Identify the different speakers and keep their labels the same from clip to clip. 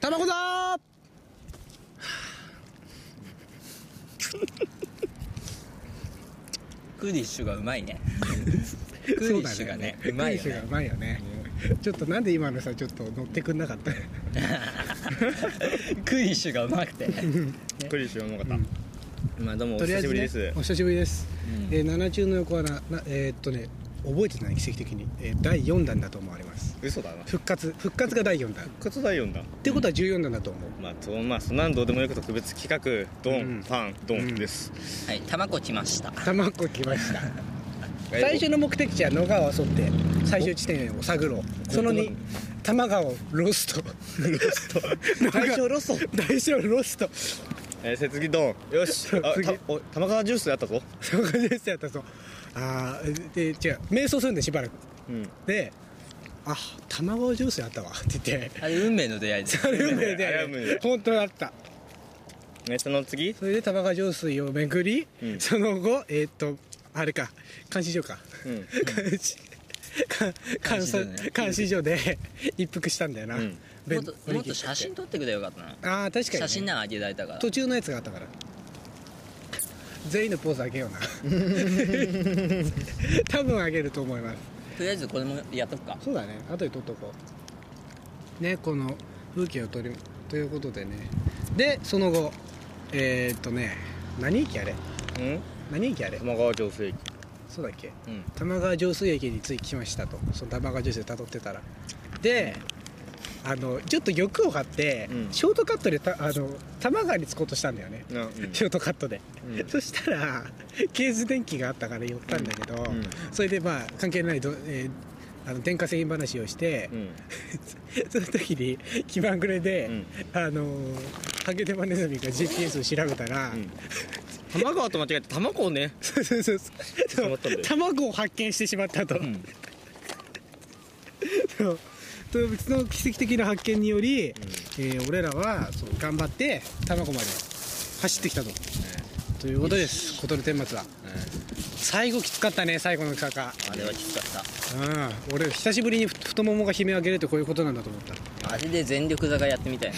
Speaker 1: タバコだー
Speaker 2: クディッシュがうまい ねクディッシュがねうまいよ
Speaker 1: クリッシュ
Speaker 2: ね
Speaker 1: がうまいよねちょっとなんで今のさちょっと乗ってくんなか った
Speaker 2: クディッシュがうまくて
Speaker 3: クリッシュうまかっ
Speaker 2: まあどうもお
Speaker 1: とりあえ
Speaker 2: 久し
Speaker 1: ず
Speaker 2: ぶり
Speaker 1: ね
Speaker 2: です
Speaker 1: お久しぶりです、
Speaker 2: うん
Speaker 1: えー七中の横はななえーっとね覚えてない奇跡的に、えー第4弾だと思われます
Speaker 3: た嘘だな
Speaker 1: 復活復活が第4弾っ
Speaker 3: 復活第4弾
Speaker 1: てことは14弾だと思う、
Speaker 3: まあとまあそんなんどうでもよく特別企画ドン、
Speaker 1: うん
Speaker 3: パンドンです、
Speaker 2: はいタバコ来ました
Speaker 1: たまこ来ま した最初の目的地は野川を沿って最終地点を探ろうその2多摩川ロストロス ト大小ロスト 大小ロスト
Speaker 3: えー、せつぎドンよしあ
Speaker 1: 次
Speaker 3: たお玉川ジュースやったぞ
Speaker 1: そういう感じでしたやったそうあーで違う瞑想するんでしばらく
Speaker 3: うん
Speaker 1: で「あ卵ジュースあったわ」って言って
Speaker 2: あれ運命の出会いです
Speaker 1: あれ運命
Speaker 3: あれ運命
Speaker 1: で
Speaker 3: で
Speaker 1: 本当だった
Speaker 3: えその次
Speaker 1: それで玉川上水を巡り、
Speaker 3: うん
Speaker 1: その後えーっとあれか監視所か、
Speaker 3: うん
Speaker 1: 監視か監視
Speaker 2: 所ね
Speaker 1: 監視所で一服したんだよな、
Speaker 3: うん
Speaker 2: も
Speaker 1: 弁
Speaker 2: っと
Speaker 1: 弁
Speaker 2: もっと写真撮ってくれよかったな
Speaker 1: ああ確かにね、
Speaker 2: 写真なんかあげられたから
Speaker 1: 途中のやつがあったから全員のポーズあげよう な多分あげると思います
Speaker 2: とりあえずこれもやっとくか
Speaker 1: そうだね後で撮っとこうねこの風景を撮りということでねでその後えー、っとね何駅あれ
Speaker 3: うん
Speaker 1: 何駅あれ
Speaker 3: 玉川上水駅
Speaker 1: そうだっけ
Speaker 3: うん
Speaker 1: 玉川上水駅に着きましたとその玉川上水をたどってたらであのちょっと欲を張って、
Speaker 3: うん
Speaker 1: ショートカットでたあの玉川に着こうとしたんだよね、
Speaker 3: なうん
Speaker 1: ショートカットで、
Speaker 3: うん
Speaker 1: そしたらケーズ電気があったから寄ったんだけど、
Speaker 3: んうん
Speaker 1: それでまあ関係ないど、えーあの電化製品話をして、
Speaker 3: うん
Speaker 1: その時に気まぐれで、
Speaker 3: うん
Speaker 1: あのーハゲデマネズミが GPS を調べたら、
Speaker 3: うん玉川と間違えて卵をね
Speaker 1: そうそうそう
Speaker 3: 捕まったんだよ
Speaker 1: 卵を発見してしまったと、
Speaker 3: ん
Speaker 1: そうと別の奇跡的な発見により、えー俺らはそう頑張って卵まで走ってきたと、ということですことの天末は最後きつかったね最後の坂
Speaker 2: あれはきつかっ
Speaker 1: うん俺久しぶりに太太ももが悲鳴上げるってこういうことなんだと思った
Speaker 2: たあれで全力坂やってみたい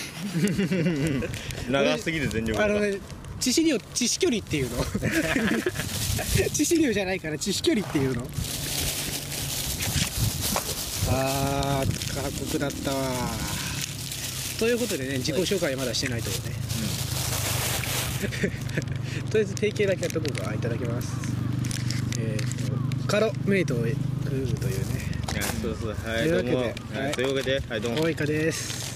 Speaker 2: な
Speaker 3: 長すぎる全力
Speaker 1: あ
Speaker 3: だ
Speaker 1: のね致死量致死距離っていうの 致死量じゃないから致死距離っていうのあー過酷だったわということでね自己紹介まだしてないとこね、 とりあえず提携だけやっとこうかいただきますえー、とカロメイトを食うというね
Speaker 3: はいそうそうはい
Speaker 1: と
Speaker 3: ど
Speaker 1: いうわ
Speaker 3: う
Speaker 1: けで
Speaker 3: もは
Speaker 1: はい
Speaker 3: いというわけではいどうも
Speaker 1: 大イカです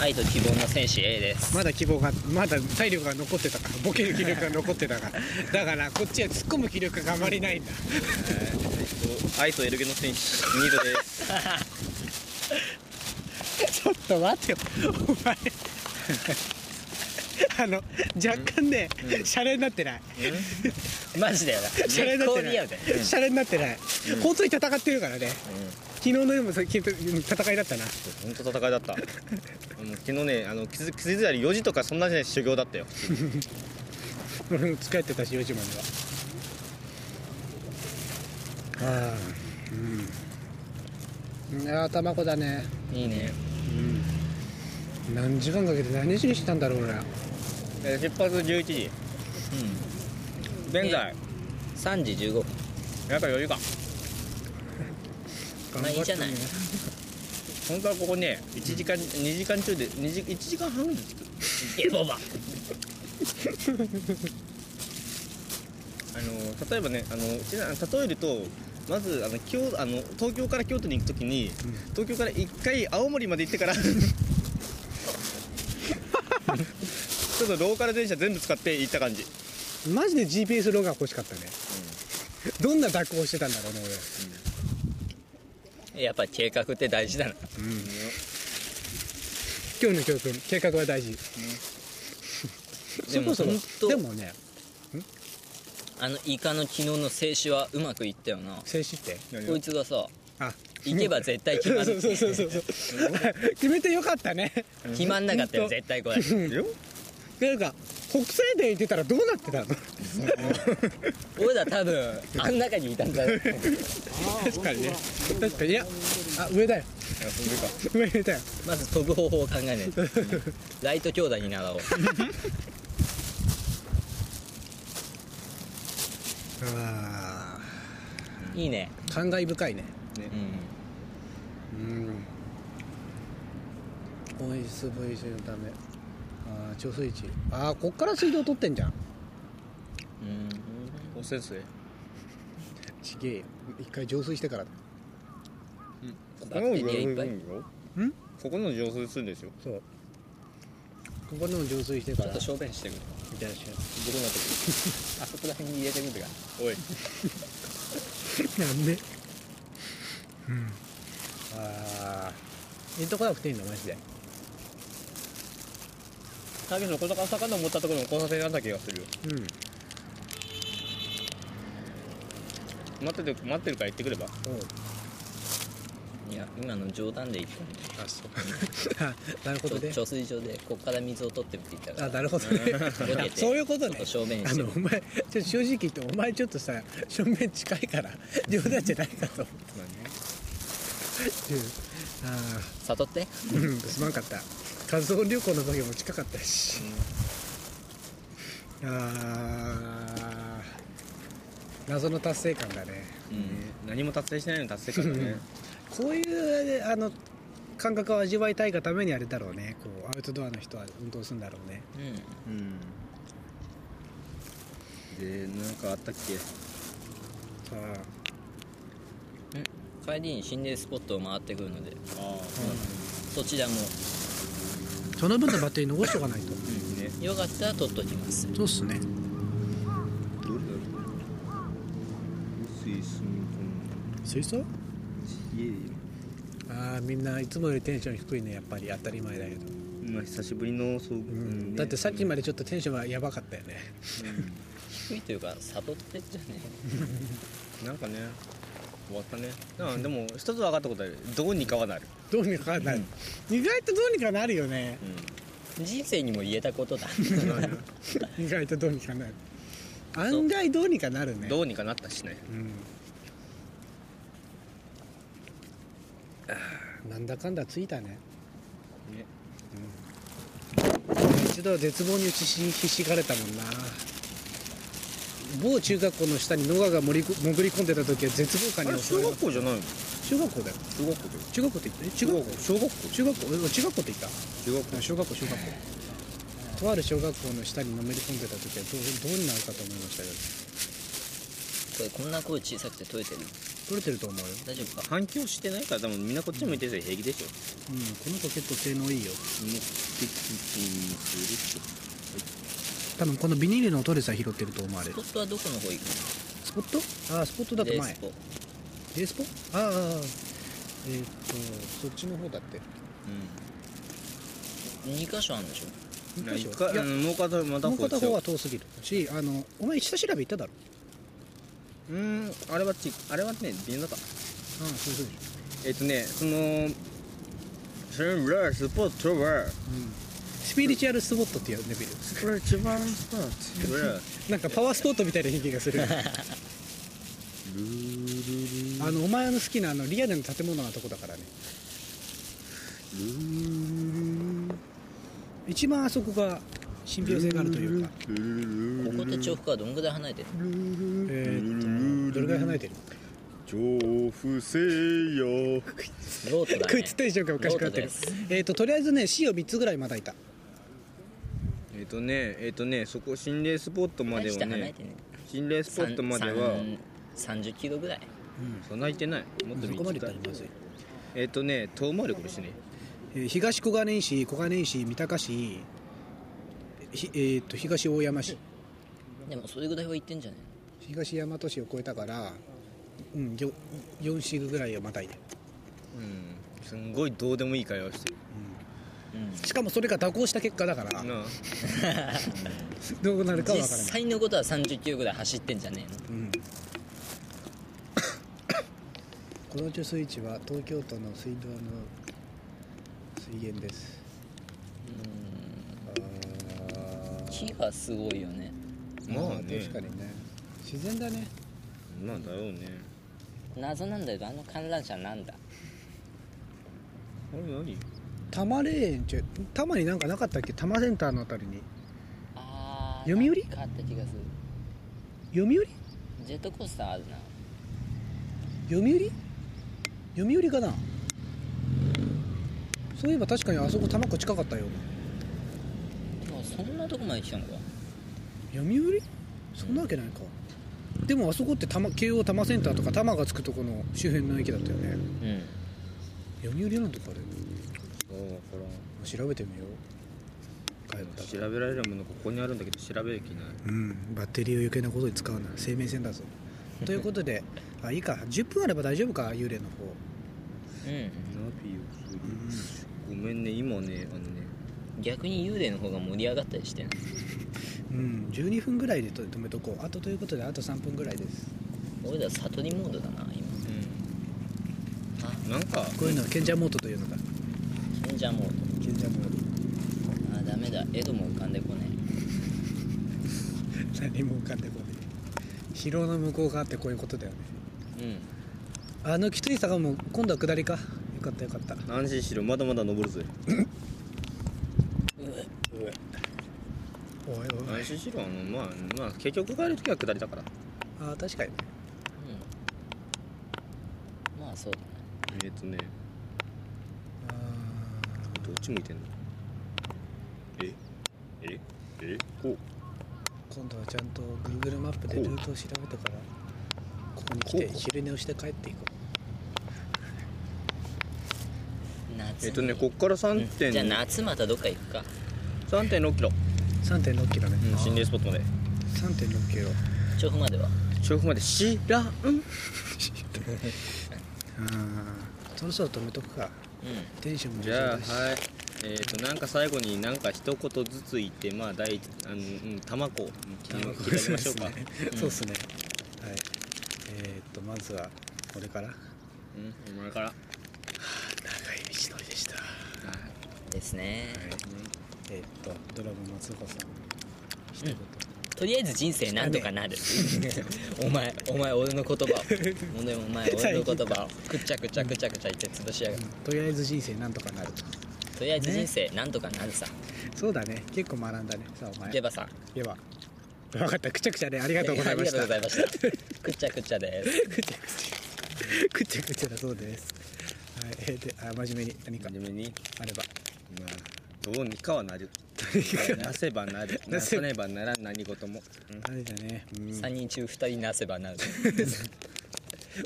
Speaker 2: 愛と希望の戦士 A です
Speaker 1: まだ希望がまだ体力が残ってたからボケる気力が残ってたからだからこっちは突っ込む気力があまりないんだ
Speaker 3: 愛とエルゲの戦士ニートです
Speaker 1: ちょっと待ってよお前 あの若干ねシャレになってない
Speaker 2: マジだ よな
Speaker 1: シャレになってない
Speaker 2: リアルだよね
Speaker 1: シャレになってない本当に戦ってるからね昨日の夜もさ昨日戦いだったな
Speaker 3: 本当戦いだったもう昨日ねあの気づ気づいたら4時とかそんなじゃない修行だったよ
Speaker 1: うん疲れてたし4時まではああうんいやー卵だね
Speaker 2: いいね
Speaker 1: うん何時間かけて何時にしたんだろう俺ら
Speaker 3: えー出発11時現在やっ
Speaker 2: 3時15分
Speaker 3: ぱ4時間
Speaker 2: まあいいじゃない
Speaker 3: 本当はここね1時間2時間中で2時1時間半ぐらいで着く
Speaker 2: ゲボバ
Speaker 3: あの例えばねあのうちな例えるとまずあの京あの東京から京都に行くときに、東京から1回青森まで行ってからちょっとローカル電車全部使って行った感じ
Speaker 1: マジで GPS ロガが欲しかったね、どんな蛇行してたんだろうね
Speaker 2: やっぱ計画って大事だな
Speaker 1: 俺今日の教訓計画は大事、
Speaker 2: でも
Speaker 1: そこ
Speaker 2: 本
Speaker 1: そ
Speaker 2: 当
Speaker 1: こでもね
Speaker 2: あのイカの昨日の静止はうまくいったよな
Speaker 1: 静止って
Speaker 2: こいつがさ
Speaker 1: あ
Speaker 2: 行けば絶対決まる
Speaker 1: そうそうそうそうそう決めてよかったね
Speaker 2: 決まんなかったよ絶対これ
Speaker 3: よ
Speaker 1: なんか国際電行ってたらどうなってたの
Speaker 2: 俺ら多分あん中にいたんだよ
Speaker 1: 確かにね確かにいやあ上だよ
Speaker 3: あそれ
Speaker 1: 今
Speaker 3: か
Speaker 1: 入れたよ
Speaker 2: まず飛ぶ方法を考えないと、ライト兄弟に習おう
Speaker 1: あ
Speaker 2: いいね
Speaker 1: ー感慨深いね
Speaker 2: うん
Speaker 1: うんボイスボイスのためああ調水池ああこっから水道取ってんじゃん
Speaker 2: うん
Speaker 3: お先生
Speaker 1: ちげえよ一回浄水してからだ
Speaker 3: ここ
Speaker 2: バ
Speaker 3: の
Speaker 2: ッ
Speaker 3: も
Speaker 2: テリーいっぱい
Speaker 3: んよ
Speaker 1: ん
Speaker 3: ここの上水するんですよ
Speaker 1: そうここでも浄水して
Speaker 2: ち
Speaker 1: か
Speaker 2: ょっ
Speaker 1: ら
Speaker 2: と小便してくる
Speaker 1: みたいなし
Speaker 2: 僕のとこあそこら辺に入れてみるか
Speaker 3: おい
Speaker 1: なんでうんああええとこなくていいんだマジで
Speaker 3: だけどこの坂の持ったところの交差点になった気がするよ
Speaker 1: うん
Speaker 3: 待ってて待ってるから行ってくれば
Speaker 1: おう
Speaker 2: いや今の冗談で言ったんだよ
Speaker 1: あそう あなるほど
Speaker 2: ちょ
Speaker 1: ね
Speaker 2: 貯水場でこっから水を取ってみて言った
Speaker 1: あ
Speaker 2: か
Speaker 1: なるほどね
Speaker 2: らボケて
Speaker 1: そういうこと
Speaker 2: ちょっ
Speaker 1: ね
Speaker 2: と正面
Speaker 1: あ
Speaker 2: して
Speaker 1: のお前ちょっと正直言ってお前ちょっとさ正面近いから冗談じゃないかと思ってうんあ
Speaker 2: 悟って
Speaker 1: あうんすまんかった活動旅行の時も近かったし、ああ謎の達成感だね
Speaker 2: うん
Speaker 3: 何も達成してないのに達成感だね
Speaker 1: こういうあの感覚を味わいたいがためにあれだろうねこうアウトドアの人は運動するんだろうね
Speaker 2: うん
Speaker 3: うんでなんかあったっけ
Speaker 1: さあ
Speaker 2: 帰りに心霊スポットを回ってくるので
Speaker 3: ああ
Speaker 2: そちらも
Speaker 1: その分のバッテリー残しておかないと
Speaker 3: うんね
Speaker 2: よかったら取っときます
Speaker 1: そうっすね
Speaker 3: どれだろう水スミ
Speaker 1: 水槽
Speaker 3: コンちげえよ
Speaker 1: ああみんないつもよりテンション低いねやっぱり当たり前だけど、
Speaker 3: まあ久しぶりの遭遇、
Speaker 1: う
Speaker 3: うんんね
Speaker 1: だってさっきまでちょっとテンションがやばかったよね
Speaker 2: 低いというか悟ってんじゃね
Speaker 3: なんかね終わったねなんかでも一つ分かったことあるどうにかはなる、
Speaker 1: どうにかなる、意外とどうにかなるよね
Speaker 2: え人生にも言え たことだ
Speaker 1: 意外とどうにかなる案外どうにかなるね
Speaker 3: どうにかなったしね
Speaker 1: うんあーなんだかんだついたね
Speaker 3: ね
Speaker 1: 一度は絶望に打ちひしがれたもんな某中学校の下にノガが潜りこ潜り込んでた時は絶望
Speaker 3: あ
Speaker 1: 感
Speaker 3: れ
Speaker 1: に襲
Speaker 3: 小
Speaker 1: われ
Speaker 3: 学校じゃないの
Speaker 1: 中学校だよ
Speaker 3: 中学校で
Speaker 1: 中学校って言ったえ中
Speaker 3: 中
Speaker 1: 学
Speaker 3: 学
Speaker 1: 校
Speaker 3: 校小学校
Speaker 1: 中学校え中学校って言った
Speaker 3: 中学
Speaker 1: あ小学校小学校とある小学校の下にのめり込んでた時はどうどうになるかと思いましたけど
Speaker 2: これこんな声小さくて取れてる
Speaker 1: 取れてると思うよ、うん、こ
Speaker 2: 大丈夫か
Speaker 3: 反響してないから多分みんなこっち向いてて平気でしょ
Speaker 1: の子結構性能いいよ
Speaker 3: 目的にする
Speaker 1: 多分このビニールの音でさ拾ってると思われ
Speaker 2: スポットはどこの方行くの
Speaker 1: スポットああスポットだと
Speaker 2: レー
Speaker 1: 前
Speaker 2: スポ
Speaker 1: レースポああああえーっとそっちの方だって
Speaker 2: 2箇所あるんでしょ
Speaker 3: うん
Speaker 1: 一箇所
Speaker 3: 一回
Speaker 1: いや
Speaker 3: うんもう片方また
Speaker 1: もう
Speaker 3: こっ
Speaker 1: 片
Speaker 3: ち
Speaker 1: 方
Speaker 3: よ
Speaker 1: は遠すぎるしあのお前下調べ行っただろ
Speaker 3: うーんあれはちあれはね微妙だった
Speaker 1: ああそうそうでし
Speaker 3: えっとねそ のそれはスポットは
Speaker 1: ょ、うん、スピリチュアルスポットって呼んでみる
Speaker 3: これ一番スポッ トは
Speaker 1: なんかパワースポットみたいな響きがする
Speaker 3: ルールル
Speaker 1: あのお前の好きなあのリアルな建物のとこだからね
Speaker 3: ルールル
Speaker 1: 一番あそこが信憑性があるというか
Speaker 3: ルールル
Speaker 2: ここって調布からどんぐらい離れてる
Speaker 1: えーっとどれぐらい離れてる
Speaker 3: 調布せよ
Speaker 2: ロートだね
Speaker 1: こいつテンションがおかしくなって
Speaker 2: ロ
Speaker 1: る
Speaker 2: ートです
Speaker 1: えーっととりあえずね C を3つぐらいまだいた
Speaker 3: えっとねえっとねそこ心霊スポットま
Speaker 2: 大
Speaker 3: で
Speaker 2: して
Speaker 3: は
Speaker 2: 離れ
Speaker 3: ね
Speaker 2: てね
Speaker 3: 心霊スポットまでは
Speaker 2: 30キロぐらい
Speaker 3: そんな行ってないもっと
Speaker 1: そこまで行ったら
Speaker 3: 短
Speaker 1: まずい
Speaker 3: えっとね遠回りこれしね
Speaker 1: えー東小金井市小金井市三鷹市ひえーっと東大山市
Speaker 2: でもそれぐらいは行ってんじゃない
Speaker 1: 東大和市を越えたから、うん、よ4市ぐらいをまたいで、
Speaker 3: うんすんごいどうでもいい会話をしてる
Speaker 2: うん
Speaker 1: しかもそれが蛇行した結果だから
Speaker 3: なあ
Speaker 1: どうなるかは
Speaker 2: 実
Speaker 1: 分からない、
Speaker 2: 際のことは30キロぐらい走ってんじゃねえの
Speaker 1: うん、 この貯水池は東京都の水道の水源ですあ
Speaker 2: 木がすごいよね
Speaker 1: ー
Speaker 3: まあ
Speaker 1: あー
Speaker 3: ね
Speaker 1: 確かにね自然だね
Speaker 3: まあだろうね
Speaker 2: 謎なんだけどあの観覧車なんだ
Speaker 3: れ何
Speaker 1: 多摩霊園ちゅ多摩になんかなかったっけ多摩センターのあたりに
Speaker 2: あ
Speaker 1: ー読売
Speaker 2: 買った気がする
Speaker 1: 読売
Speaker 2: ジェットコースターあるな
Speaker 1: 読売読売かなそういえば確かにあそこ多摩湖近かったよ
Speaker 2: でもそんなとこまで来たのか
Speaker 1: 読売そんなわけないかでもあそこって多摩京王多摩センターとか多摩がつくとこの周辺の駅だったよね
Speaker 2: うん
Speaker 1: 読売なんとかある
Speaker 3: そうほ
Speaker 1: 調べてみよう帰
Speaker 3: ら
Speaker 1: ったら
Speaker 3: 調べられるものここにあるんだけど調べる気ない
Speaker 1: うん、バッテリーを余計なことに使うな生命線だ ぞということであいいか10分あれば大丈夫か幽霊の方
Speaker 2: うん
Speaker 3: ナビをするごめんね今ねあのね
Speaker 2: 逆に幽霊の方が盛り上がったりしてん
Speaker 1: うん12分ぐらいでと止めとこうあとということであと3分ぐらいです
Speaker 2: 俺ら悟りモードだな今あ
Speaker 3: うんなんか
Speaker 1: こういうのは賢者モードというのだ
Speaker 2: 賢者モー
Speaker 1: 賢者モード
Speaker 2: ドあダメだエドも浮かんでこね
Speaker 1: 何も浮かんでこない疲労の向こう側ってこういうことだよね
Speaker 2: えうん
Speaker 1: あのきつい坂も今度は下りかよかったよかった
Speaker 3: 安心しろまだまだ登るぜ
Speaker 1: おいおい
Speaker 3: 安心しろあのまあまあ結局帰る時は下りだから
Speaker 1: ああ確かに
Speaker 2: うんまあそうだな
Speaker 3: えっとね
Speaker 1: あ
Speaker 3: どっち向いてんのえええこう
Speaker 1: ー今度はちゃんと Google マップでルートを調べてからここに来て
Speaker 3: こう
Speaker 1: 昼寝をして帰っていこう
Speaker 2: 夏
Speaker 3: えっとねこっから
Speaker 2: う
Speaker 3: 3
Speaker 2: んじゃあ
Speaker 3: 点
Speaker 2: 夏またどっか行くか
Speaker 3: 三点六キロ
Speaker 1: 3 6キロね、
Speaker 3: うん心霊スポットまで
Speaker 1: 3 6キロ
Speaker 2: 調布までは
Speaker 3: 調布まで知らん
Speaker 1: ああそろそろ止めとくか
Speaker 2: う
Speaker 1: テンションも
Speaker 3: じゃあは
Speaker 1: 上
Speaker 3: い
Speaker 1: 昇だし
Speaker 3: えっ、となんか最後になんか一言ずつ言ってまあ第一あのうん玉子切り切り上げましょうか
Speaker 1: そうですね、はいえー、っとまずはこれから長
Speaker 3: うんお前から
Speaker 1: い道のりでした
Speaker 2: んですね
Speaker 1: えー、っとドラム松岡さん一
Speaker 2: う
Speaker 1: 言
Speaker 2: ん、とりあえず人生なんとかなる お前お前俺の言葉をお前お前俺の言葉をくっちゃくちゃくちゃくちゃ言って潰しやがる
Speaker 1: とりあえず人生なんとかなると
Speaker 2: とりあえず人生なんとかなるさ
Speaker 1: そうだね結構学んだねさあお前
Speaker 2: ゲバさん
Speaker 1: では分かったくちゃくちゃねあり
Speaker 2: あ
Speaker 1: がとうございました
Speaker 2: りがとうございました くっちゃくちゃです
Speaker 1: くちゃくちゃだそうですはい、えー、であ真面目に何か
Speaker 3: 真面目に
Speaker 1: あれば
Speaker 3: まあどうにかはなるなせばなるな
Speaker 1: なせ
Speaker 3: さねばならん何事も
Speaker 1: あれだね、うん
Speaker 2: 3人中2人なせばなる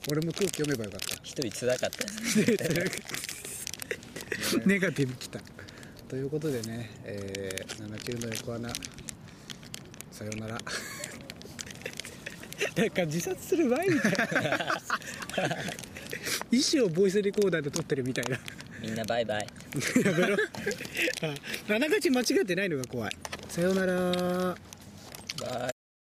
Speaker 1: 俺も空気読めばよかった
Speaker 2: 1人つらかったです
Speaker 1: ネガティブきた。ということでね、えー、79の横穴、さようなら。 なんか自殺する前 みたいな。意思をボイスレコーダーで撮ってるみたいな。
Speaker 2: みんなバイバイ
Speaker 1: やめ ろ。あながち間違ってないのが怖い。さようなら。
Speaker 2: バイ